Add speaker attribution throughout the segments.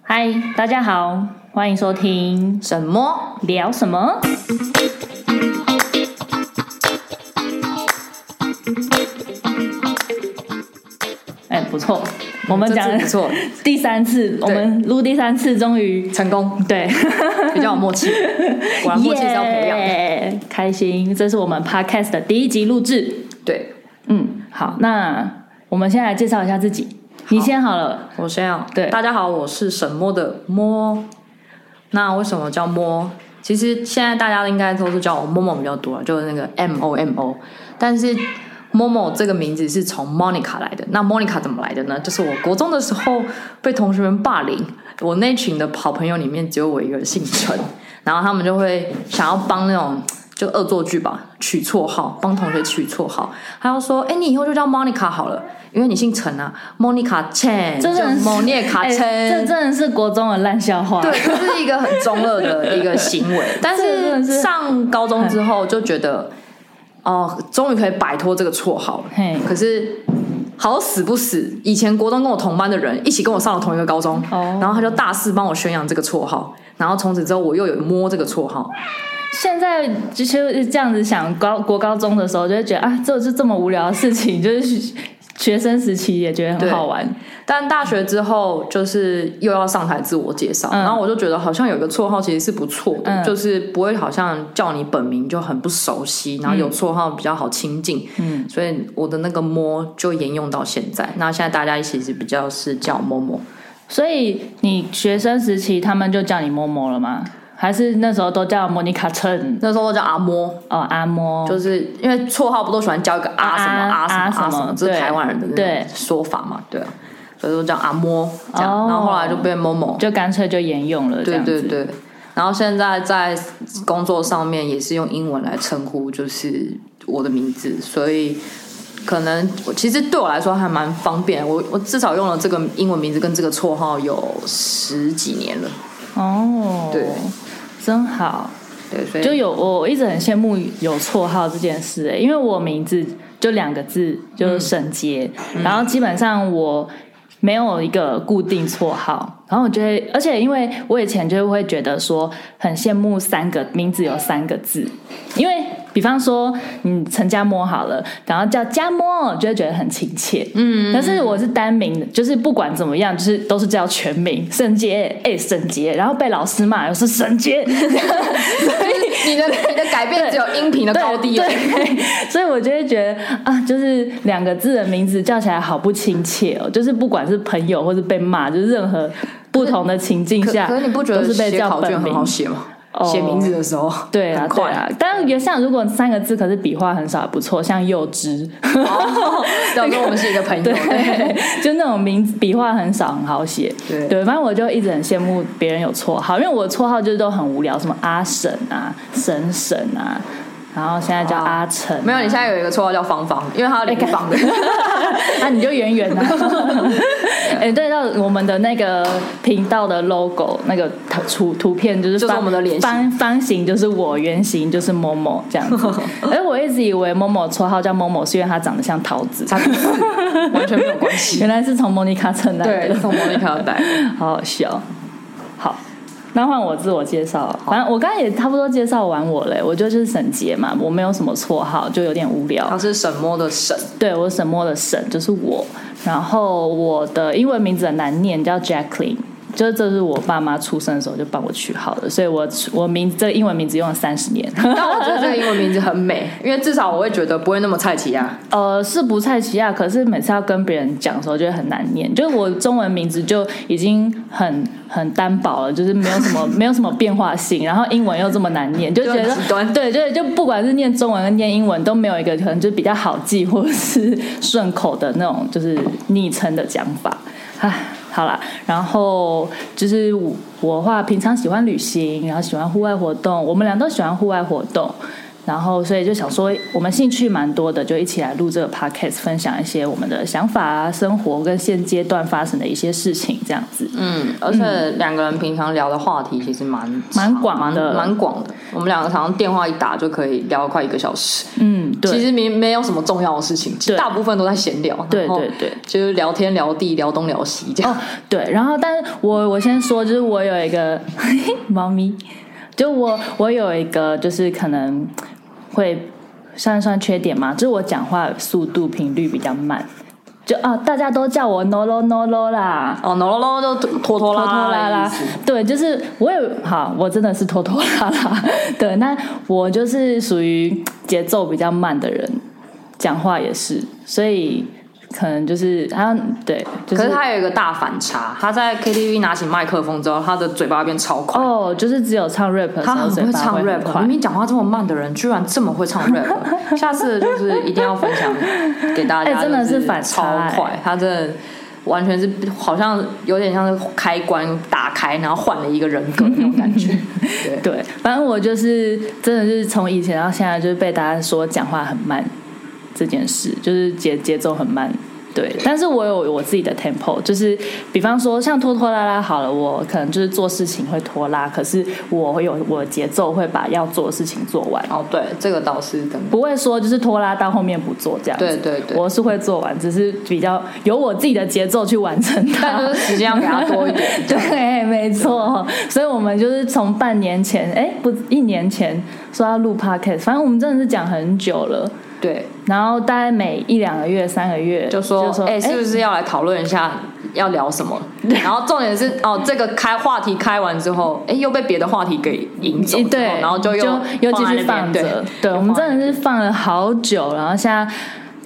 Speaker 1: 嗨，大家好，欢迎收听
Speaker 2: 什么？
Speaker 1: 聊什么？哎，不错，我们讲
Speaker 2: 这次不错，
Speaker 1: 第三次，我们录第三次，终于
Speaker 2: 成 功，
Speaker 1: 对，
Speaker 2: 比较有默契。果然默契是要培养的。
Speaker 1: 耶开心，这是我们 podcast 的第一集录制。
Speaker 2: 对，
Speaker 1: 嗯，好，那我们先来介绍一下自己，你先好了。
Speaker 2: 我先要
Speaker 1: 对
Speaker 2: 大家好，我是沈默的默。那为什么叫默？其实现在大家应该都是叫我默默比较多，就是那个 M O M O。但是默默这个名字是从 Monica 来的。那 Monica 怎么来的呢？就是我国中的时候被同学们霸凌，我那群的好朋友里面只有我一个人姓陈，然后他们就会想要帮那种。就恶作剧吧，取绰号，帮同学取绰号。他就说：“哎、你以后就叫 Monica 好了，因为你姓陈啊，Monica Chen，
Speaker 1: 这真的是
Speaker 2: 蒙涅卡
Speaker 1: 哎
Speaker 2: 称，
Speaker 1: 这真的是国中的烂笑话。
Speaker 2: 对，这是一个很中二的一个行 为。但
Speaker 1: 这真的是嗯
Speaker 2: 是上高中之后就觉得，哦，终于可以摆脱这个绰号了。
Speaker 1: 嘿
Speaker 2: 可是好死不死，以前国中跟我同班的人一起跟我上了同一个高中，
Speaker 1: 哦
Speaker 2: 然后他就大肆帮我宣扬这个绰号，然后从此之后我又有摸这个绰号，
Speaker 1: 现在其实这样子想，高国高中的时候就会觉得啊，这就是这么无聊的事情， 就是学学生时期也觉得很
Speaker 2: 对
Speaker 1: 好玩。
Speaker 2: 但大学之后就是又要上台自我介绍，然后我就觉得好像有一个绰号其实是不错的，
Speaker 1: 嗯
Speaker 2: 就是不会好像叫你本名就很不熟悉，然后有绰号比较好亲近。
Speaker 1: 嗯，
Speaker 2: 所以我的那个摸就沿用到现在。那现在大家其实比较是叫摸摸，
Speaker 1: 所以你学生时期他们就叫你摸摸了吗？还是那时候都叫莫妮卡称
Speaker 2: 那时候都叫阿摸，
Speaker 1: 哦阿摸？
Speaker 2: 就是因为绰号不都喜欢叫一个阿什么
Speaker 1: 啊
Speaker 2: 阿什么
Speaker 1: 啊
Speaker 2: 阿
Speaker 1: 什么
Speaker 2: 什么，这是
Speaker 1: 对
Speaker 2: 台湾人的那
Speaker 1: 对
Speaker 2: 种说法嘛，对啊，所以都叫阿摸这样。
Speaker 1: 哦
Speaker 2: 然后后来就变摸摸，
Speaker 1: 就干脆就沿用了，这
Speaker 2: 对
Speaker 1: 样子
Speaker 2: 对对。然后现在在工作上面也是用英文来称呼，就是我的名字，所以可能我其实对我来说还蛮方便。我我至少用了这个英文名字跟这个绰号有十几年了，
Speaker 1: 哦，
Speaker 2: 对，
Speaker 1: 真好。
Speaker 2: 对，所以
Speaker 1: 就有我我一直很羡慕有绰号这件事、欸，因为我名字就两个字，就是沈杰，然后基本上我没有一个固定绰号，然后我觉得，而且因为我以前就会觉得说很羡慕三个名字有三个字，因为比方说你陈家摸好了，然后叫家摸，就会觉得很亲切，嗯，但是我是单名，就是不管怎么样，就是都是叫全名沈杰，哎、沈杰，然后被老师骂，又是沈杰。
Speaker 2: 就是你的你的改变只有音频的
Speaker 1: 对
Speaker 2: 高低而已。
Speaker 1: 对， 所以我就会觉得啊，就是两个字的名字叫起来好不亲切哦，就是不管是朋友或是被骂，就是任何不同的情境
Speaker 2: 可
Speaker 1: 下，
Speaker 2: 可是你不觉
Speaker 1: 都
Speaker 2: 得
Speaker 1: 是被
Speaker 2: 写
Speaker 1: 叫
Speaker 2: 考卷
Speaker 1: 本
Speaker 2: 很好
Speaker 1: 名？
Speaker 2: 写吗
Speaker 1: 哦？
Speaker 2: 写名字的时候，
Speaker 1: 对啊，
Speaker 2: 很
Speaker 1: 对
Speaker 2: 快
Speaker 1: 啊，但是像如果三个字，可是笔画很少，也不错，像幼 稚，
Speaker 2: 哦，表示我们是一个朋友。对，
Speaker 1: 对，就那种名字笔画很少，很好写。
Speaker 2: 对
Speaker 1: 对，反正我就一直很羡慕别人有绰号，因为我的绰号就是都很无聊，什么阿婶啊、婶婶啊，然后现在叫
Speaker 2: 哦
Speaker 1: 阿成、
Speaker 2: 没有，你现在有一个绰号叫芳芳，因为她有
Speaker 1: 哎
Speaker 2: 理
Speaker 1: 干
Speaker 2: 方的。
Speaker 1: 啊，你就远远的。哎、对到我们的那个频道的 logo 那个图图图片就是
Speaker 2: 就是
Speaker 1: 方
Speaker 2: 我们的脸型
Speaker 1: 方方形就是我，圆形就是某某这样子。而我一直以为某某绰号叫某某是因为他长得像桃子，
Speaker 2: 才不是，完全没有关 系。
Speaker 1: 原来是从莫妮卡蹭来
Speaker 2: 对，
Speaker 1: 的，
Speaker 2: 从莫妮卡带。
Speaker 1: 好好笑。好，那换我自我介绍了。反正我刚刚也差不多介绍完我嘞、我就就是沈杰嘛，我没有什么绰号，就有点无聊。
Speaker 2: 他是沈默的沈，
Speaker 1: 对我沈默的沈就是我，然后我的英文名字很难念，叫 Jacqueline，就是这是我爸妈出生的时候就帮我取好的，所以我我名这个英文名字用了三十年。
Speaker 2: 但我觉得这个英文名字很美，因为至少我会觉得不会那么菜奇啊亚。
Speaker 1: 呃，是不菜奇亚，可是每次要跟别人讲的时候就会很难念，就是我中文名字就已经很很单薄了，就是没有什么 没有什么变化性，然后英文又这么难念，就觉
Speaker 2: 就
Speaker 1: 得
Speaker 2: 很极端
Speaker 1: 对对，就不管是念中文跟念英文都没有一个可能就比较好记或者是顺口的那种就是昵称的讲法，唉。好啦，然后就是我我的话，平常喜欢旅行，然后喜欢户外活动，我们俩都喜欢户外活动。然后所以就想说我们兴趣蛮多的，就一起来录这个 podcast，分享一些我们的想法啊、生活跟现阶段发生的一些事情这样子。
Speaker 2: 嗯，而且两个人平常聊的话题其实蛮
Speaker 1: 蛮
Speaker 2: 长
Speaker 1: 广的
Speaker 2: 蛮蛮广的。我们两个常常电话一打就可以聊快一个小时。
Speaker 1: 嗯，对，
Speaker 2: 其实没没有什么重要的事情，其实
Speaker 1: 对
Speaker 2: 大部分都在闲聊。
Speaker 1: 对
Speaker 2: 然后
Speaker 1: 对对
Speaker 2: 就是聊天聊地聊东聊西这样。
Speaker 1: 哦，对，然后但是我我先说，就是我有一个 猫咪，就我我有一个就是可能会算算缺点嘛，就是我讲话速度频率比较慢，就啊、大家都叫我 no no no no 啦。
Speaker 2: 哦，no no no 就拖拖
Speaker 1: 拖
Speaker 2: 拉
Speaker 1: 拖拉
Speaker 2: 拉的
Speaker 1: 拉
Speaker 2: 意思，
Speaker 1: 对，就是我有好，我真的是拖拖拉拉。 对，那我就是属于节奏比较慢的人，讲话也是，所以可能就是还有对，就
Speaker 2: 可
Speaker 1: 是
Speaker 2: 是他有一个大反差，他在 KTV 拿起麦克风之后，他的嘴巴变超快。
Speaker 1: 哦，就是只有唱 rap，的时
Speaker 2: 他
Speaker 1: 候
Speaker 2: 很
Speaker 1: 嘴
Speaker 2: 会
Speaker 1: 巴会
Speaker 2: 唱
Speaker 1: 很
Speaker 2: rap，啊
Speaker 1: 快
Speaker 2: 明。明讲话这么慢的人，居然这么会唱 rap。下次就是一定要分享给大家，
Speaker 1: 哎真的
Speaker 2: 就是
Speaker 1: 反
Speaker 2: 超
Speaker 1: 差
Speaker 2: 快，他真的完全是好像有点像是开关打开，然后换了一个人格那种 感觉。对，
Speaker 1: 对，反正我就是真的是从以前到现在，就是被大家说讲话很慢这件事，就是节节奏很慢。对，但是我有我自己的 tempo，就是比方说像拖拖拉拉好了，我可能就是做事情会拖拉，可是我会有我的节奏会把要做的事情做完，
Speaker 2: 哦对，这个倒是真的。
Speaker 1: 不会说就是拖拉到后面不做这样子。
Speaker 2: 对对对
Speaker 1: 我是会做完，只是比较有我自己的节奏去完成它。
Speaker 2: 但就是时间要给他多一点。
Speaker 1: 对，没错。所以我们就是从半年前，哎，不，一年前说要录 podcast，反正我们真的是讲很久了。
Speaker 2: 对，
Speaker 1: 然后大概每一两个月、三个月
Speaker 2: 就说哎、是不是要来讨论一下要聊什么？然后重点是哦，这个开话题开完之后，哎、又被别的话题给引走之后，
Speaker 1: 哎对，
Speaker 2: 然后
Speaker 1: 就
Speaker 2: 又
Speaker 1: 又继
Speaker 2: 放
Speaker 1: 续
Speaker 2: 在那边
Speaker 1: 放
Speaker 2: 对
Speaker 1: 着。对，我们真的是放了好久，然后现在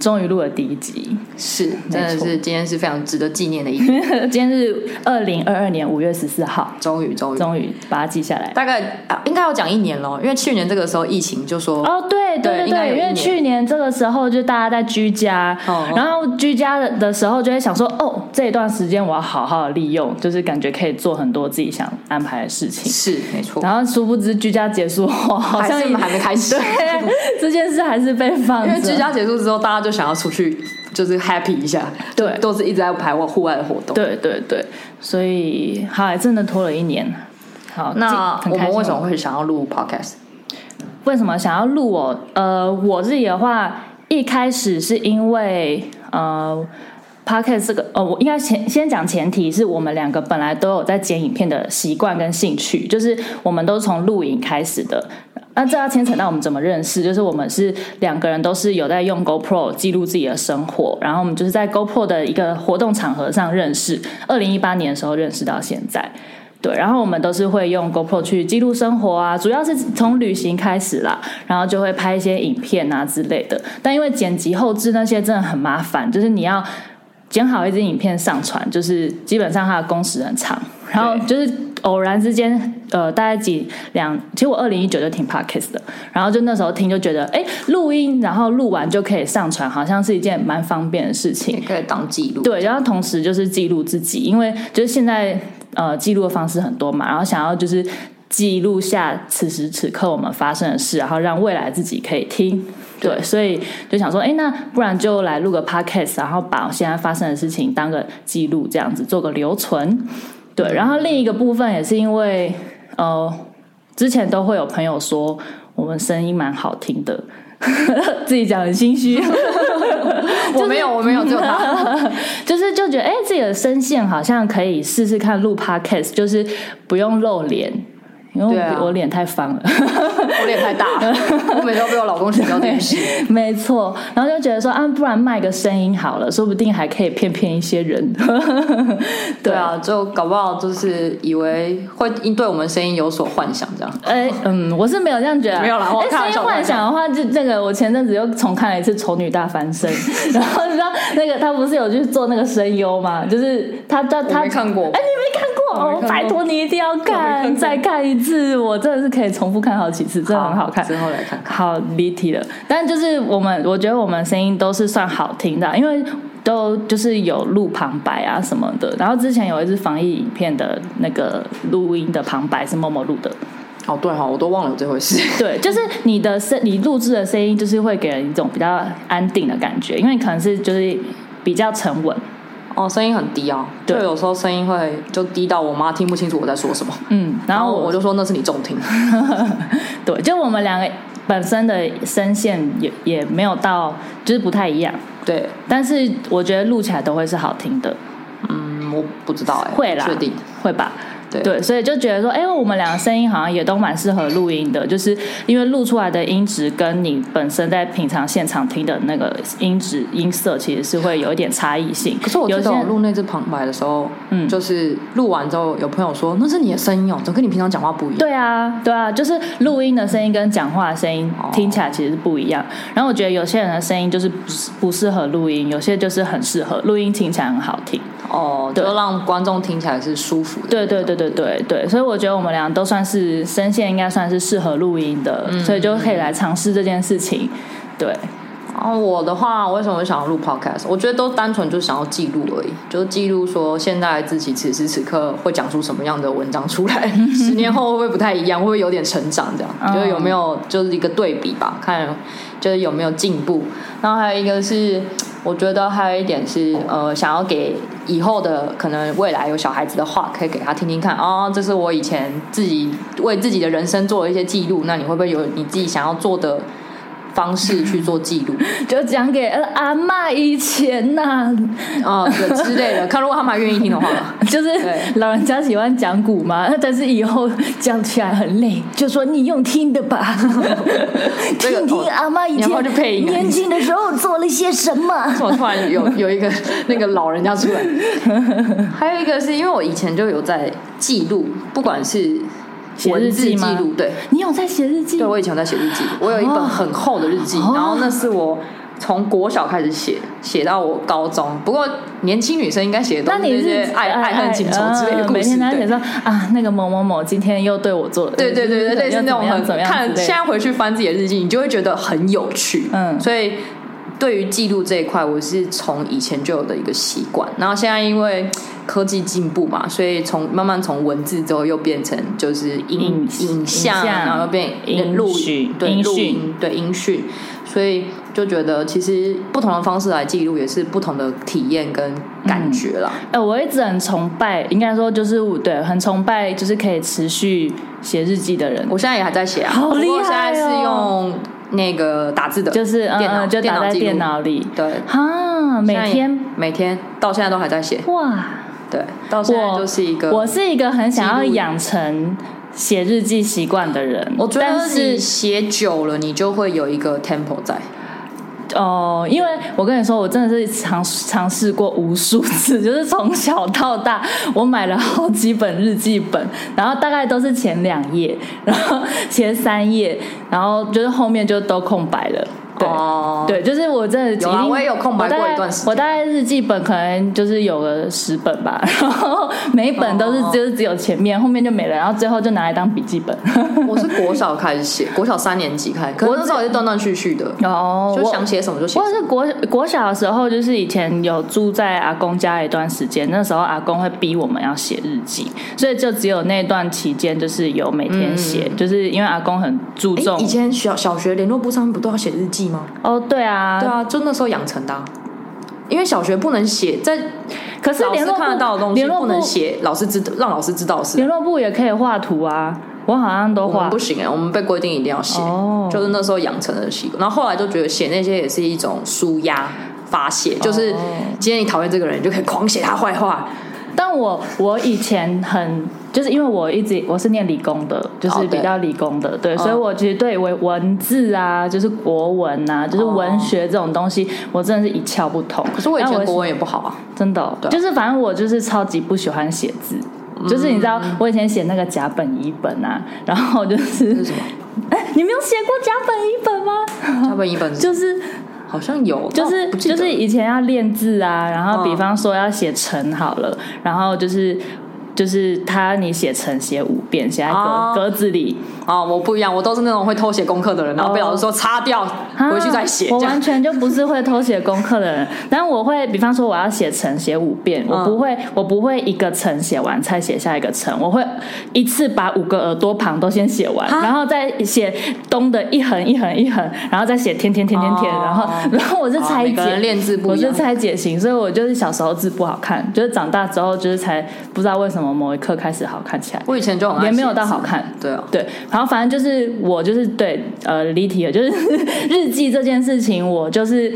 Speaker 1: 终于录了第一集。
Speaker 2: 是真的
Speaker 1: 没错
Speaker 2: 是今天是非常值得纪念的一天，
Speaker 1: 今天是二零二二年五月十四号，
Speaker 2: 终 于终于。
Speaker 1: 终于把它记下来。
Speaker 2: 大概、啊、应该要讲一年咯，因为去年这个时候疫情就说，
Speaker 1: 哦，对
Speaker 2: 对
Speaker 1: 对对
Speaker 2: 应该有
Speaker 1: 对，因
Speaker 2: 一
Speaker 1: 为
Speaker 2: 年
Speaker 1: 去年这个时候就大家在居家，
Speaker 2: 哦
Speaker 1: 然后居家的的时候就会想说，哦，这一段时间我要好好地利用，就是感觉可以做很多自己想安排的事情。
Speaker 2: 是没错，
Speaker 1: 然后殊不知居家结束后，好
Speaker 2: 还
Speaker 1: 像
Speaker 2: 是
Speaker 1: 也
Speaker 2: 还没开始，
Speaker 1: 对 这件事还是被放着，
Speaker 2: 因为居家结束之后，大家就想要出去就是 happy 一下，
Speaker 1: 对
Speaker 2: 都是一直在排我户外的活动。
Speaker 1: 对对对，所以还真的拖了一年。好，
Speaker 2: 那
Speaker 1: 这很
Speaker 2: 我
Speaker 1: 开心哦
Speaker 2: 们
Speaker 1: 嗯
Speaker 2: 为什么会想要录 podcast？
Speaker 1: 为什么想要录我？呃，我自己的话，一开始是因为呃，podcast 这个呃，我应该前先讲前提是我们两个本来都有在剪影片的习惯跟兴趣，就是我们都是从录影开始的。那这要牵扯到我们怎么认识，就是我们是两个人都是有在用 GoPro 记录自己的生活，然后我们就是在 GoPro 的一个活动场合上认识，二零一八年的时候认识到现在。对，然后我们都是会用 GoPro 去记录生活啊，主要是从旅行开始啦，然后就会拍一些影片啊之类的。但因为剪辑后置那些真的很麻烦，就是你要剪好一支影片上传，就是基本上它的工时很长。然后就是偶然之间，呃，大概几两，其实我二零一九就听 podcast 的，然后就那时候听就觉得，哎，录音然后录完就可以上传，好像是一件蛮方便的事情
Speaker 2: 也。可以当记录。
Speaker 1: 对，然后同时就是记录自己，因为就是现在呃记录的方式很多嘛，然后想要就是记录下此时此刻我们发生的事，然后让未来自己可以听。对，所以就想说，哎，那不然就来录个 podcast，然后把现在发生的事情当个记录，这样子做个留存。对，然后另一个部分也是因为，呃，之前都会有朋友说我们声音蛮好听的， 自己讲很心虚。
Speaker 2: 我没有，我没有，只有他。
Speaker 1: 就是就觉得哎、诶自己的声线好像可以试试看录 podcast，就是不用露脸，因为
Speaker 2: 对啊
Speaker 1: 我我脸太方了。
Speaker 2: 我 脸太大了，我每次都被我老公取消这件事。
Speaker 1: 没错，然后就觉得说啊，不然卖个声音好了，说不定还可以骗骗一些人。
Speaker 2: 对啊，就搞不好就是以为会对我们声音有所幻想这样。
Speaker 1: 哎、嗯，我是没有这样觉得，
Speaker 2: 没有啦我
Speaker 1: 哎
Speaker 2: 开玩
Speaker 1: 声
Speaker 2: 笑
Speaker 1: 音幻想的话，就那个我前阵子又重看了一次《丑女大翻身》， 然后你知道那个他不是有去做那个声优嘛？就是他他
Speaker 2: 我
Speaker 1: 他
Speaker 2: 没看过
Speaker 1: 哎、，你没看过？
Speaker 2: 我没看
Speaker 1: 哦
Speaker 2: 过
Speaker 1: 拜托你一定要
Speaker 2: 我没看
Speaker 1: 看，
Speaker 2: 过
Speaker 1: 再看一次，我真的是可以重复看好几次，真的很好看。
Speaker 2: 之后来看看。
Speaker 1: 好离题了，但就是我们，我觉得我们声音都是算好听的，因为都就是有录旁白啊什么的。然后之前有一支防疫影片的那个录音的旁白是默默录的，
Speaker 2: 哦，对哈、我都忘了有这回事。
Speaker 1: 对，就是你的声，你录制的声音，就是会给人一种比较安定的感觉，因为你可能是就是比较沉稳。
Speaker 2: 哦，声音很低啊，就
Speaker 1: 对
Speaker 2: 有时候声音会就低到我妈听不清楚我在说什么，
Speaker 1: 嗯，然
Speaker 2: 然
Speaker 1: 后
Speaker 2: 后我
Speaker 1: 我
Speaker 2: 就说那是你重听。
Speaker 1: 对，就我们两个本身的声线也也没有到，就是不太一样，
Speaker 2: 对，
Speaker 1: 但是我觉得录起来都会是好听的，
Speaker 2: 嗯，我不知道哎、
Speaker 1: 会啦，
Speaker 2: 确定。
Speaker 1: 会吧？
Speaker 2: 对
Speaker 1: 对，所以就觉得说，哎、我们两个声音好像也都蛮适合录音的，就是因为录出来的音质跟你本身在平常现场听的那个音质音色其实是会有一点差异性。
Speaker 2: 可是我
Speaker 1: 有
Speaker 2: 记
Speaker 1: 些
Speaker 2: 得我录那支旁白的时候，
Speaker 1: 嗯
Speaker 2: 就是录完之后有朋友说那是你的声音哦，怎么跟你平常讲话不一样？
Speaker 1: 对啊，对啊，就是录音的声音跟讲话的声音
Speaker 2: 哦
Speaker 1: 听起来其实是不一样。然后我觉得有些人的声音就是不适不适合录音，有些就是很适合录音，听起来很好听。
Speaker 2: 哦，
Speaker 1: 对
Speaker 2: 就让观众听起来是舒服的。
Speaker 1: 对对对对对对，所以我觉得我们俩都算是声线应该算是适合录音的，所以就可以来尝试这件事情。对，
Speaker 2: 然后我的话，我为什么会想要录 podcast？我觉得都单纯就是想要记录而已，就是记录说现在自己此时此刻会讲出什么样的文章出来，十年后会不会不太一样，会不会有点成长这样？
Speaker 1: 嗯
Speaker 2: 就是有没有就是一个对比吧，看就是有没有进步。然后还有一个是，我觉得还有一点是，呃，想要给以后的可能未来有小孩子的话，可以给他听听看哦，这是我以前自己为自己的人生做了一些记录，那你会不会有你自己想要做的方式去做记录？
Speaker 1: 就讲给呃阿嬷以前呐、
Speaker 2: 哦，对之类的。看如果他们还愿意 听的话，
Speaker 1: 就是
Speaker 2: 对
Speaker 1: 老人家喜欢讲古嘛， 但是以后讲起来很累，就说你用听的吧，
Speaker 2: 这个哦
Speaker 1: 听听阿嬷以
Speaker 2: 你要不要去配
Speaker 1: 前
Speaker 2: 音啊
Speaker 1: 年轻的时候做了些什么。
Speaker 2: 怎么突然有有一个 那个老人家出 来？还有一个是因为我以前就有在记录，不管是
Speaker 1: 写
Speaker 2: 文
Speaker 1: 日
Speaker 2: 字
Speaker 1: 记吗
Speaker 2: 记录，对
Speaker 1: 你有在写日记
Speaker 2: 对，？我以前有在写日记，我有一本很厚的日记，
Speaker 1: 哦
Speaker 2: 然后那是我。从国小开始写，写到我高中。不过年轻女生应该写的
Speaker 1: 那
Speaker 2: 都是
Speaker 1: 你
Speaker 2: 那些
Speaker 1: 是呃哎嗯
Speaker 2: 爱爱恨情仇之类的故
Speaker 1: 每
Speaker 2: 事。
Speaker 1: 天在
Speaker 2: 对
Speaker 1: 写说啊，那个某某某今天又对我做了，
Speaker 2: 对对对对，类似那种
Speaker 1: 怎么
Speaker 2: 很
Speaker 1: 样
Speaker 2: 看，现在回去翻自己的日记，你就会觉得很有趣。
Speaker 1: 嗯
Speaker 2: 所以对于记录这一块，我是从以前就有的一个习惯，然后现在因为科技进步嘛，所以从慢慢从文字之后又变成就是影
Speaker 1: 影
Speaker 2: 影像，
Speaker 1: 影像
Speaker 2: 然后又变
Speaker 1: 音
Speaker 2: 录
Speaker 1: 讯
Speaker 2: 对
Speaker 1: 音
Speaker 2: 录
Speaker 1: 讯
Speaker 2: 音对音讯，所以就觉得其实不同的方式来记录也是不同的体验跟感觉啦。
Speaker 1: 哎、我一直很崇拜，应该说就是我对，很崇拜，就是可以持续写日记的人，
Speaker 2: 我现在也还在写啊，
Speaker 1: 好
Speaker 2: 不过
Speaker 1: 厉害哦哦
Speaker 2: 我现在是用那个打字的，
Speaker 1: 就是嗯
Speaker 2: 电脑
Speaker 1: 嗯，就打在
Speaker 2: 记录
Speaker 1: 电脑里，
Speaker 2: 对，
Speaker 1: 哈，每天
Speaker 2: 每天到现在都还在写，
Speaker 1: 哇，
Speaker 2: 对，到现在
Speaker 1: 我
Speaker 2: 就是一个
Speaker 1: 我是一个很想要
Speaker 2: 记录
Speaker 1: 养成写日记习惯的人，
Speaker 2: 我觉
Speaker 1: 但
Speaker 2: 得
Speaker 1: 是
Speaker 2: 你写久了，你就会有一个 tempo 在。
Speaker 1: 哦，因为我跟你说，我真的是尝尝试过无数次， 就是从小到大，我买了好几本日记本，然后大概都是前两页，然后前三页，然后就是后面就都空白了。对、
Speaker 2: 哦
Speaker 1: 对，就是我真的已
Speaker 2: 有啊
Speaker 1: 经
Speaker 2: 我也有空白过一段时间
Speaker 1: 我大概。我大概日记本可能就是有个十本吧， 然后每一本都是
Speaker 2: 哦
Speaker 1: 就是只有前面，后面就没了，然后最后就拿来当笔记本。
Speaker 2: 我是国小开始写， 国小三年级开始，可能那时候也是断断续续的，
Speaker 1: 哦
Speaker 2: 就
Speaker 1: 我
Speaker 2: 想写什么就写
Speaker 1: 我
Speaker 2: 什
Speaker 1: 也是
Speaker 2: 么。
Speaker 1: 国国小的时候，就是以前有住在阿公家一段时间，那时候阿公会逼我们要写日记，所以就只有那段期间就是有每天写，就是因为阿公很注
Speaker 2: 嗯诶
Speaker 1: 重
Speaker 2: 以前小小学联络簿上面不都要写日记吗？
Speaker 1: 哦，对啊，
Speaker 2: 对啊，就那时候养成的啊、因为小学不能写，在
Speaker 1: 可是
Speaker 2: 老
Speaker 1: 联
Speaker 2: 师
Speaker 1: 络簿
Speaker 2: 看得到的东西
Speaker 1: 联络
Speaker 2: 不能
Speaker 1: 部
Speaker 2: 写，老师知道让老师知道的事。
Speaker 1: 联络部也可以画图啊，我好像都
Speaker 2: 我们
Speaker 1: 画
Speaker 2: 不行哎、我们被规定一定要写，
Speaker 1: 哦
Speaker 2: 就是那时候养成的习惯。然后后来就觉得写那些也是一种舒压发泄，就是
Speaker 1: 哦
Speaker 2: 今天你讨厌这个人，你就可以狂写他坏话。
Speaker 1: 但我我以前很就是因为我一直我是念理工的，就是
Speaker 2: 哦对嗯
Speaker 1: 比较理工的，对，所以我其实对文文字啊，就是国文啊，就是文学这种东西，我真的是一窍不通。
Speaker 2: 哦可是我以
Speaker 1: 但
Speaker 2: 前国文也不好啊，
Speaker 1: 真的哦、
Speaker 2: 对啊
Speaker 1: 就是反正我就是超级不喜欢写字。就是你
Speaker 2: 嗯
Speaker 1: 知道，我以前写那个甲本乙本啊，然后就是
Speaker 2: 是什么？
Speaker 1: 哎、你没有写过甲本乙本吗？
Speaker 2: 甲本乙本
Speaker 1: 就是
Speaker 2: 好像有，
Speaker 1: 就是
Speaker 2: 哦但我不记
Speaker 1: 就
Speaker 2: 得
Speaker 1: 是以前要练字啊，然后
Speaker 2: 嗯
Speaker 1: 比方说要写成好了，然后就是。就是他你写成写五遍，写在格、
Speaker 2: 哦
Speaker 1: 格子里，
Speaker 2: 哦，我不一样，我都是那种会偷写功课的人，然后被老师说擦掉，
Speaker 1: 啊
Speaker 2: 回去再写。
Speaker 1: 我
Speaker 2: 这样
Speaker 1: 完全就不是会偷写功课的人，但我会，比方说我要写成写五遍，
Speaker 2: 嗯
Speaker 1: 我不会，我不会一个成写完才写下一个成，我会一次把五个耳朵旁都先写完，
Speaker 2: 啊
Speaker 1: 然后再写东的一横一横一横，然后再写天天天天天，
Speaker 2: 哦
Speaker 1: 然后然后我是
Speaker 2: 哦
Speaker 1: 拆
Speaker 2: 每个
Speaker 1: 解
Speaker 2: 人练字不
Speaker 1: 我
Speaker 2: 一
Speaker 1: 是
Speaker 2: 样。
Speaker 1: 拆解型，所以我就是小时候字不好看，就是长大之后就是才不知道为什么某一刻开始好看起来，
Speaker 2: 我以前就很爱
Speaker 1: 也没有
Speaker 2: 写
Speaker 1: 到
Speaker 2: 字
Speaker 1: 好看，
Speaker 2: 对啊，
Speaker 1: 对，然后反正就是我就是对呃离题了，就是 日记这件事情，我就是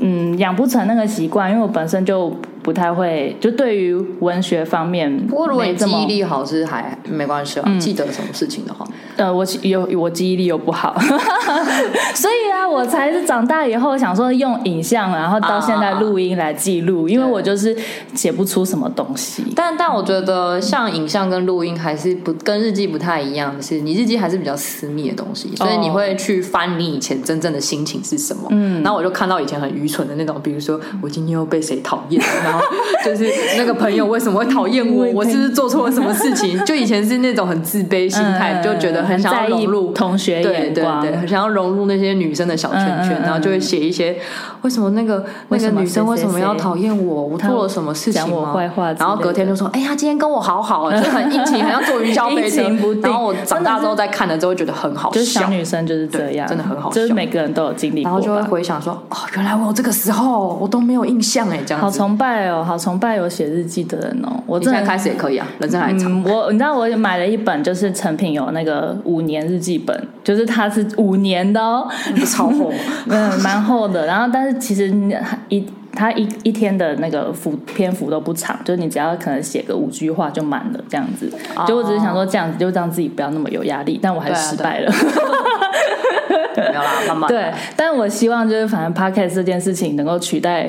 Speaker 1: 嗯养不成那个习惯，因为我本身就不太会，就对于文学方面，
Speaker 2: 不过如果你记
Speaker 1: 这么嗯
Speaker 2: 忆力好是还没关系啊，记得什么事情的话，
Speaker 1: 呃我记有我记忆力又不好， 所以啊我才是长大以后想说用影像，然后到现在
Speaker 2: 啊
Speaker 1: 录音来记录，因为我就是写不出什么东 西。
Speaker 2: 但但我觉得像影像跟录音还是不跟日记不太一样，是你日记还是比较私密的东西，所
Speaker 1: 哦
Speaker 2: 以你会去翻你以前真正的心情是什么。嗯，然后我就看到以前很愚蠢的那种，比如说我今天又被谁讨厌了，然后就是那个朋友为什么会讨厌我，我是不是做错了什么事情？就以前是那种很自卑心态，
Speaker 1: 嗯
Speaker 2: 哎就觉得很
Speaker 1: 很
Speaker 2: 想要
Speaker 1: 在意
Speaker 2: 融入
Speaker 1: 同学
Speaker 2: 对
Speaker 1: 眼
Speaker 2: 对
Speaker 1: 光，
Speaker 2: 对，很想要融入那些女生的小圈圈，
Speaker 1: 嗯嗯嗯
Speaker 2: 然后就会写一些为什么那个那
Speaker 1: 为
Speaker 2: 个
Speaker 1: 什么
Speaker 2: 女生
Speaker 1: 谁
Speaker 2: 为什么
Speaker 1: 谁
Speaker 2: 要
Speaker 1: 谁
Speaker 2: 讨厌我，我
Speaker 1: 她
Speaker 2: 做了什么事情
Speaker 1: 讲我
Speaker 2: 吗
Speaker 1: 坏话之
Speaker 2: 然后隔
Speaker 1: 类
Speaker 2: 天就说，哎呀，今天跟我好好，就很殷勤，很像坐云霄 飞车
Speaker 1: 阴晴不。定
Speaker 2: 然后我长大之后再看了之后，觉得很好
Speaker 1: 就是
Speaker 2: 笑
Speaker 1: 小，女生就是这
Speaker 2: 对
Speaker 1: 样，
Speaker 2: 真的很好
Speaker 1: 就是
Speaker 2: 笑
Speaker 1: 每个人都有经历过吧，
Speaker 2: 然后就会回想说，哦，原来我有这个时候，我都没有印象哎，这样
Speaker 1: 好
Speaker 2: 子。
Speaker 1: 崇拜哦，好崇拜有写日记的人哦！我
Speaker 2: 你现
Speaker 1: 真
Speaker 2: 在
Speaker 1: 的
Speaker 2: 开始也可以啊，人生还长。
Speaker 1: 嗯，我你知道我买了一本，就是成品有那个五年日记本，就是它是五年的哦，
Speaker 2: 超 厚，
Speaker 1: 嗯，蛮厚的。然后但是其实你一它一一天的那个幅篇幅都不长，就是你只要可能写个五句话就满了这样子。
Speaker 2: 哦
Speaker 1: 就我只是想说这样子就让自己不要那么有压力，但我还
Speaker 2: 啊
Speaker 1: 是失败了。
Speaker 2: 没有啦，慢慢
Speaker 1: 对，但我希望就是反正 podcast 这件事情能够取代，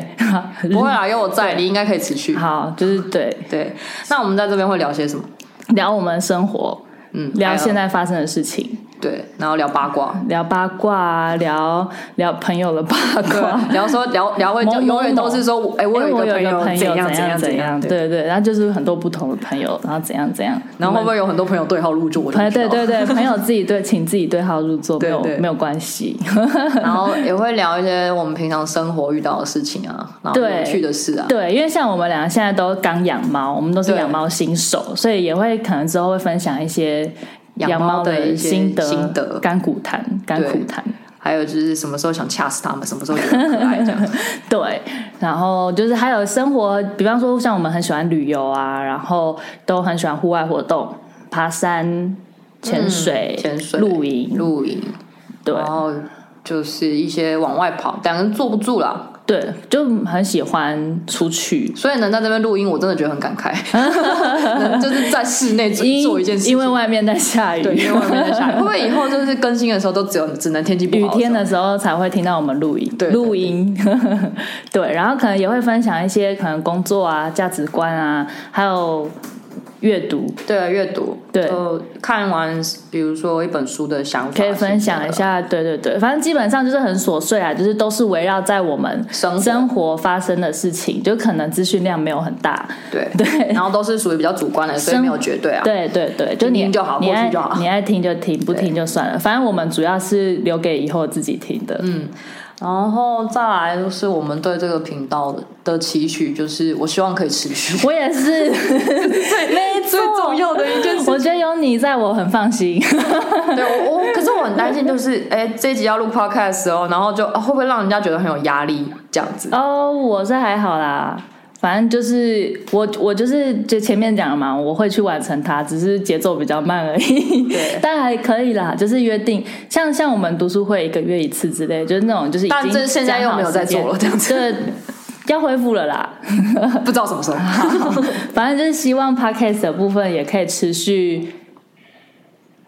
Speaker 2: 不会啦，有我在，你应该可以持续。
Speaker 1: 好，就是对
Speaker 2: 对，那我们在这边会聊些什么？
Speaker 1: 聊我们生活，
Speaker 2: 嗯，
Speaker 1: 聊现
Speaker 2: 在
Speaker 1: 在发生的事情。
Speaker 2: 对，然后聊八卦，
Speaker 1: 聊八卦啊，聊聊朋友的八卦。
Speaker 2: 对， 聊说聊聊会就
Speaker 1: 某某
Speaker 2: 永远都是说，哎，我
Speaker 1: 因为
Speaker 2: 有
Speaker 1: 我
Speaker 2: 一个
Speaker 1: 有一个朋
Speaker 2: 朋
Speaker 1: 友
Speaker 2: 友怎
Speaker 1: 样
Speaker 2: 样
Speaker 1: 样
Speaker 2: 怎
Speaker 1: 样，
Speaker 2: 对
Speaker 1: 对对，然后就是很多不同的朋友，然后怎样怎样，
Speaker 2: 然后会不会有很多朋友对号入座？我就
Speaker 1: 朋
Speaker 2: 不
Speaker 1: 友
Speaker 2: 知道
Speaker 1: 对对对， 朋友自己对，请自己对号入座，没有
Speaker 2: 对对
Speaker 1: 没有关系。
Speaker 2: 然后也会聊一些我们平常生活遇到的事情啊，然后
Speaker 1: 对
Speaker 2: 有趣的事啊。
Speaker 1: 对，因为像我们两个现在都刚养猫，我们都是
Speaker 2: 对
Speaker 1: 养猫新手，所以也会可能之后会分享一些
Speaker 2: 养
Speaker 1: 养
Speaker 2: 猫
Speaker 1: 猫
Speaker 2: 的一些
Speaker 1: 心得、
Speaker 2: 心得
Speaker 1: 甘苦谈、甘
Speaker 2: 对
Speaker 1: 苦谈。
Speaker 2: 还有就是什么时候想掐死他们，什么时候觉得很可爱这 样。
Speaker 1: 对，然后就是还有生活，比方说像我们很喜欢旅游啊，然后都很喜欢户外活动，爬山、潜水、
Speaker 2: 嗯潜水哦
Speaker 1: 露营，
Speaker 2: 露营，
Speaker 1: 对、
Speaker 2: 然后就是一些往外跑，两个人坐不住啦。
Speaker 1: 对，就很喜欢出去。
Speaker 2: 所以能在这边录音，我真的觉得很感慨， 能就是在室内做
Speaker 1: 因
Speaker 2: 做一件事情，
Speaker 1: 因为外面在下雨，
Speaker 2: 对，因为外面在 下雨，会不会以后就是更新的时候都只有只能天气不
Speaker 1: 雨
Speaker 2: 好？
Speaker 1: 天，的时候才会听到我们录音，
Speaker 2: 对对
Speaker 1: 录音， 对，然后可能也会分享一些可能工作啊、价值观啊，还有阅读，
Speaker 2: 对，阅读，
Speaker 1: 对
Speaker 2: 就看完比如说一本书的想法，
Speaker 1: 可以分享一下，对对对，反正基本上就是很琐碎啊，就是都是围绕在我们
Speaker 2: 生活
Speaker 1: 生活发生的事情，就可能资讯量没有很大，
Speaker 2: 对
Speaker 1: 对
Speaker 2: 然后都是属于比较主观的，所以
Speaker 1: 生
Speaker 2: 没有绝对 啊。
Speaker 1: 对对对，就你
Speaker 2: 听就好
Speaker 1: 你
Speaker 2: 过去
Speaker 1: 爱
Speaker 2: 就好
Speaker 1: 你爱听就听，不听就算了，反正我们主要是留给以后自己听的，嗯，
Speaker 2: 然后再来就是我们对这个频道的的期许，就是我希望可以持 续。
Speaker 1: 我也 是，没错，
Speaker 2: 要的一件，
Speaker 1: 我觉得有你在我很放心，
Speaker 2: 对我我，可是我很担心， 就是哎，这一集要录 podcast 的时候，然后就、啊会不会让人家觉得很有压力这样 子？
Speaker 1: 哦，我是还好啦。反正就是我，我就是就前面讲了嘛，我会去完成它，只是节奏比较慢而已
Speaker 2: 对。
Speaker 1: 但还可以啦，就是约定，像像我们读书会一个月一次之类，就是那种就是已
Speaker 2: 但
Speaker 1: 经
Speaker 2: 这现在又没有在做了这样子
Speaker 1: 讲好时间，对，要恢复了啦。
Speaker 2: 不知道什么时候。
Speaker 1: 反正就是希望 podcast 的部分也可以持续，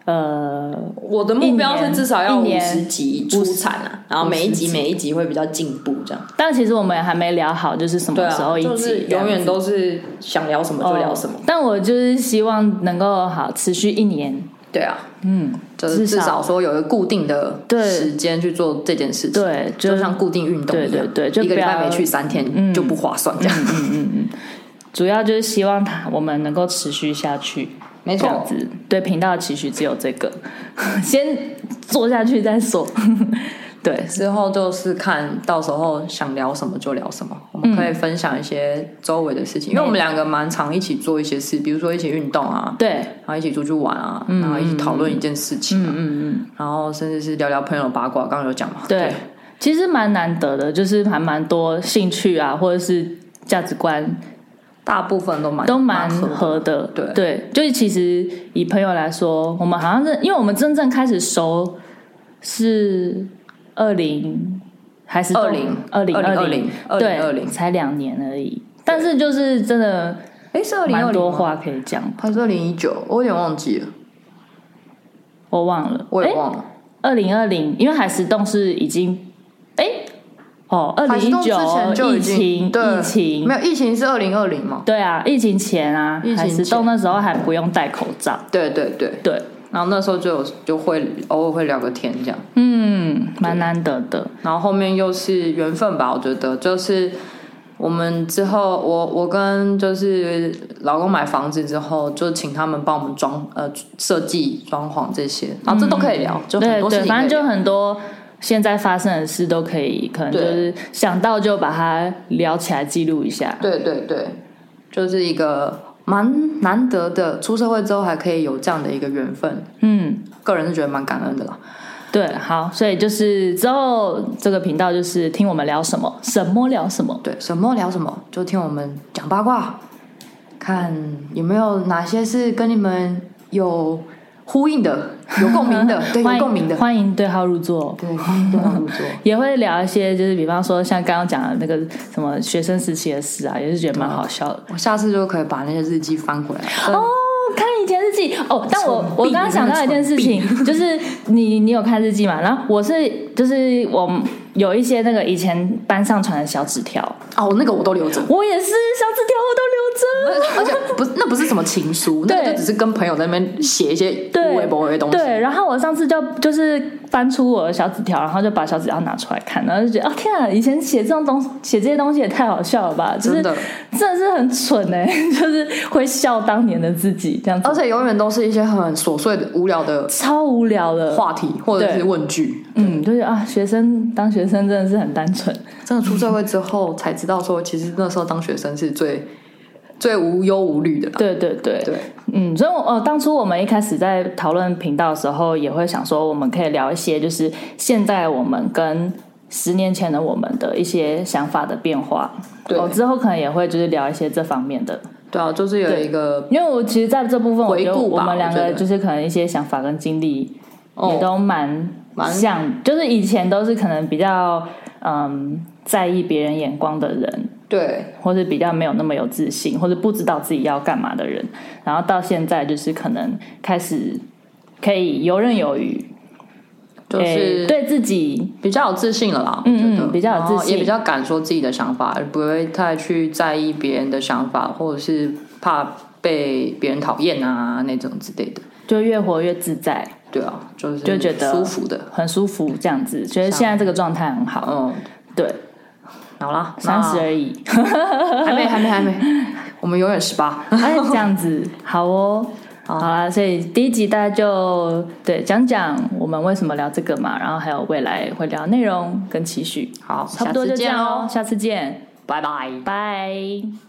Speaker 1: 呃，
Speaker 2: 我的
Speaker 1: 目标是至少要
Speaker 2: 五
Speaker 1: 50
Speaker 2: 十集出产啊，然后每一集每一集会比较进步这样。
Speaker 1: 但其实我们也还没聊好，就是什
Speaker 2: 对
Speaker 1: 么时候
Speaker 2: 啊，
Speaker 1: 一集、
Speaker 2: 就是永远都是想聊什么就聊什么。
Speaker 1: 哦但我就是希望能够好持续一年，
Speaker 2: 对啊，
Speaker 1: 嗯，
Speaker 2: 就是
Speaker 1: 至
Speaker 2: 至
Speaker 1: 少
Speaker 2: 少说有一个固定的
Speaker 1: 对
Speaker 2: 时间去做这件事情，
Speaker 1: 对，就
Speaker 2: 就像固定运动一样，
Speaker 1: 对对对就嗯
Speaker 2: 一个礼
Speaker 1: 不要嗯
Speaker 2: 拜没去三天就不划算这样。
Speaker 1: 主要就是希望它我们能够持续下去。
Speaker 2: 没
Speaker 1: 这样
Speaker 2: 错，
Speaker 1: 子，对频道的期许只有这个， 先做下去再说。 对，
Speaker 2: 之后就是看到时候想聊什么就聊什么，我们可以分享一些周围的事
Speaker 1: 嗯
Speaker 2: 情，因为我们两个蛮常一起做一些事，比如说一起运动啊，
Speaker 1: 对，
Speaker 2: 然后一起出去玩啊，
Speaker 1: 嗯
Speaker 2: 然后一起讨论一件事情啊，然后甚至是聊聊朋友的八卦，刚刚有讲嘛，
Speaker 1: 对，其实蛮难得的，就是还蛮多兴趣啊，或者是价值观
Speaker 2: 大部分都蛮
Speaker 1: 都蛮
Speaker 2: 合的
Speaker 1: 合的。
Speaker 2: 对
Speaker 1: 对，就是其实以朋友来说，我们好像是因为我们真正开始熟是二零还是
Speaker 2: 20
Speaker 1: 二零
Speaker 2: 2020
Speaker 1: 零
Speaker 2: 2020
Speaker 1: 对才两年而已，但是就是真的
Speaker 2: 哎，是二零二
Speaker 1: 蛮多
Speaker 2: 零
Speaker 1: 话可以讲，
Speaker 2: 还是二零一九？我有点忘记了，
Speaker 1: 我忘了，
Speaker 2: 我也
Speaker 1: 诶
Speaker 2: 忘了。
Speaker 1: 二零二零，因为海石洞是已经，哎、哦，二
Speaker 2: 海
Speaker 1: 零
Speaker 2: 石洞
Speaker 1: 一
Speaker 2: 之
Speaker 1: 九
Speaker 2: 前就已
Speaker 1: 疫
Speaker 2: 经
Speaker 1: 情，
Speaker 2: 对
Speaker 1: 疫情
Speaker 2: 没，有疫情是二零二零嘛？
Speaker 1: 对啊，疫情前啊
Speaker 2: 疫情，前
Speaker 1: 海石洞那时候还不用戴口罩，
Speaker 2: 对对对，
Speaker 1: 对，
Speaker 2: 然后那时候就有就会偶尔会聊个天这样，
Speaker 1: 嗯，蛮难得的，
Speaker 2: 然后后面又是缘分吧，我觉得就是我们之后，我我跟就是老公买房子之后，就请他们帮我们装呃设计装潢这些，啊这都可以聊，就
Speaker 1: 嗯
Speaker 2: 很
Speaker 1: 对
Speaker 2: 多事
Speaker 1: 对，
Speaker 2: 情可
Speaker 1: 反
Speaker 2: 以
Speaker 1: 正就
Speaker 2: 聊。
Speaker 1: 很多。现在发生的事都可以，可能就是想到就把它聊起来记录一下。
Speaker 2: 对对对，就是一个蛮难得的，出社会之后还可以有这样的一个缘分，
Speaker 1: 嗯，
Speaker 2: 个人是觉得蛮感恩的啦。
Speaker 1: 对，好，所以就是之后这个频道就是听我们聊什么，什么聊什么。
Speaker 2: 对，什么聊什么，就听我们讲八卦，看有没有哪些是跟你们有呼应 的、有共鸣的，对，
Speaker 1: 欢
Speaker 2: 有
Speaker 1: 迎
Speaker 2: 共鸣的，
Speaker 1: 欢迎对号入座。
Speaker 2: 对，欢迎对号入座。
Speaker 1: 也会聊一些，就是比方说像刚刚讲的那个什么学生时期的事啊，也是觉得蛮好笑的。
Speaker 2: 我下次就可以把那些日记翻过来。
Speaker 1: 哦，看以前日记哦，但我
Speaker 2: 蠢
Speaker 1: 我
Speaker 2: 逼
Speaker 1: 刚刚想到一件事情，就是你你有看日记嘛？然后我是就是我有一些那个以前班上传的小纸条，
Speaker 2: 哦，那个我都留着，
Speaker 1: 我也是小纸条我都留着。
Speaker 2: 而且不是，那不是什么情书，那个
Speaker 1: 对
Speaker 2: 就只是跟朋友在那边写一些
Speaker 1: 对
Speaker 2: 微博的东西。
Speaker 1: 对，然后我上次就就是翻出我的小纸条，然后就把小纸条拿出来看，然后就觉得哦天啊，以前写这种东写这些东西也太好笑了吧，就是
Speaker 2: 真的
Speaker 1: 真的是很蠢哎、 就是会笑当年的自己这样子
Speaker 2: 而，且永远都哦是一些很琐碎的、无聊的
Speaker 1: 超无聊的。
Speaker 2: 话题或者
Speaker 1: 对
Speaker 2: 是问句。
Speaker 1: 嗯，就是啊，学生当学生真的是很单纯，
Speaker 2: 真的出社会之后才知道，说其实那时候当学生是最最无忧无虑的啦。
Speaker 1: 对对对，
Speaker 2: 对，
Speaker 1: 嗯，所以我哦，当初我们一开始在讨论频道的时候，也会想说，我们可以聊一些，就是现在我们跟十年前的我们的一些想法的变化。
Speaker 2: 对
Speaker 1: 哦，之后可能也会就是聊一些这方面的，
Speaker 2: 对啊，就是有一个
Speaker 1: 因为我其实在这部分，我觉得
Speaker 2: 回顾
Speaker 1: 我
Speaker 2: 吧
Speaker 1: 们两
Speaker 2: 我觉
Speaker 1: 个
Speaker 2: 得
Speaker 1: 就是可能一些想法跟经历
Speaker 2: 哦
Speaker 1: 也都蛮
Speaker 2: 蛮
Speaker 1: 像，就是以前都是可能比较嗯在意别人眼光的人，
Speaker 2: 嗯对
Speaker 1: 或是比较没有那么有自信，或者不知道自己要干嘛的人，然后到现在就是可能开始可以游刃有余，
Speaker 2: 就
Speaker 1: 诶
Speaker 2: 是
Speaker 1: 对自己，
Speaker 2: 比较有自信了啦。
Speaker 1: 嗯
Speaker 2: 我觉得
Speaker 1: 嗯比较有自信
Speaker 2: 然后哎也比较敢说自己的想法，而不会太去在意别人的想法，或者是怕被别人讨厌啊那种之类的。
Speaker 1: 就越活越自在，
Speaker 2: 对啊，就是
Speaker 1: 就觉得
Speaker 2: 舒服的。
Speaker 1: 很舒服，这样子，觉得现在这个状态很好。
Speaker 2: 嗯，
Speaker 1: 对，
Speaker 2: 好啦，
Speaker 1: 三十
Speaker 2: 那
Speaker 1: 而 已，
Speaker 2: 还没还没还没， 我们永远十八。
Speaker 1: 哎，这样子好哦。好啦，所以第一集大家就对讲讲我们为什么聊这个嘛，然后还有未来会聊内容跟期许，
Speaker 2: 好，
Speaker 1: 差不多就
Speaker 2: 下次
Speaker 1: 这
Speaker 2: 见哦
Speaker 1: 样
Speaker 2: 喽
Speaker 1: 哦，，下次见，
Speaker 2: 拜拜。
Speaker 1: 拜。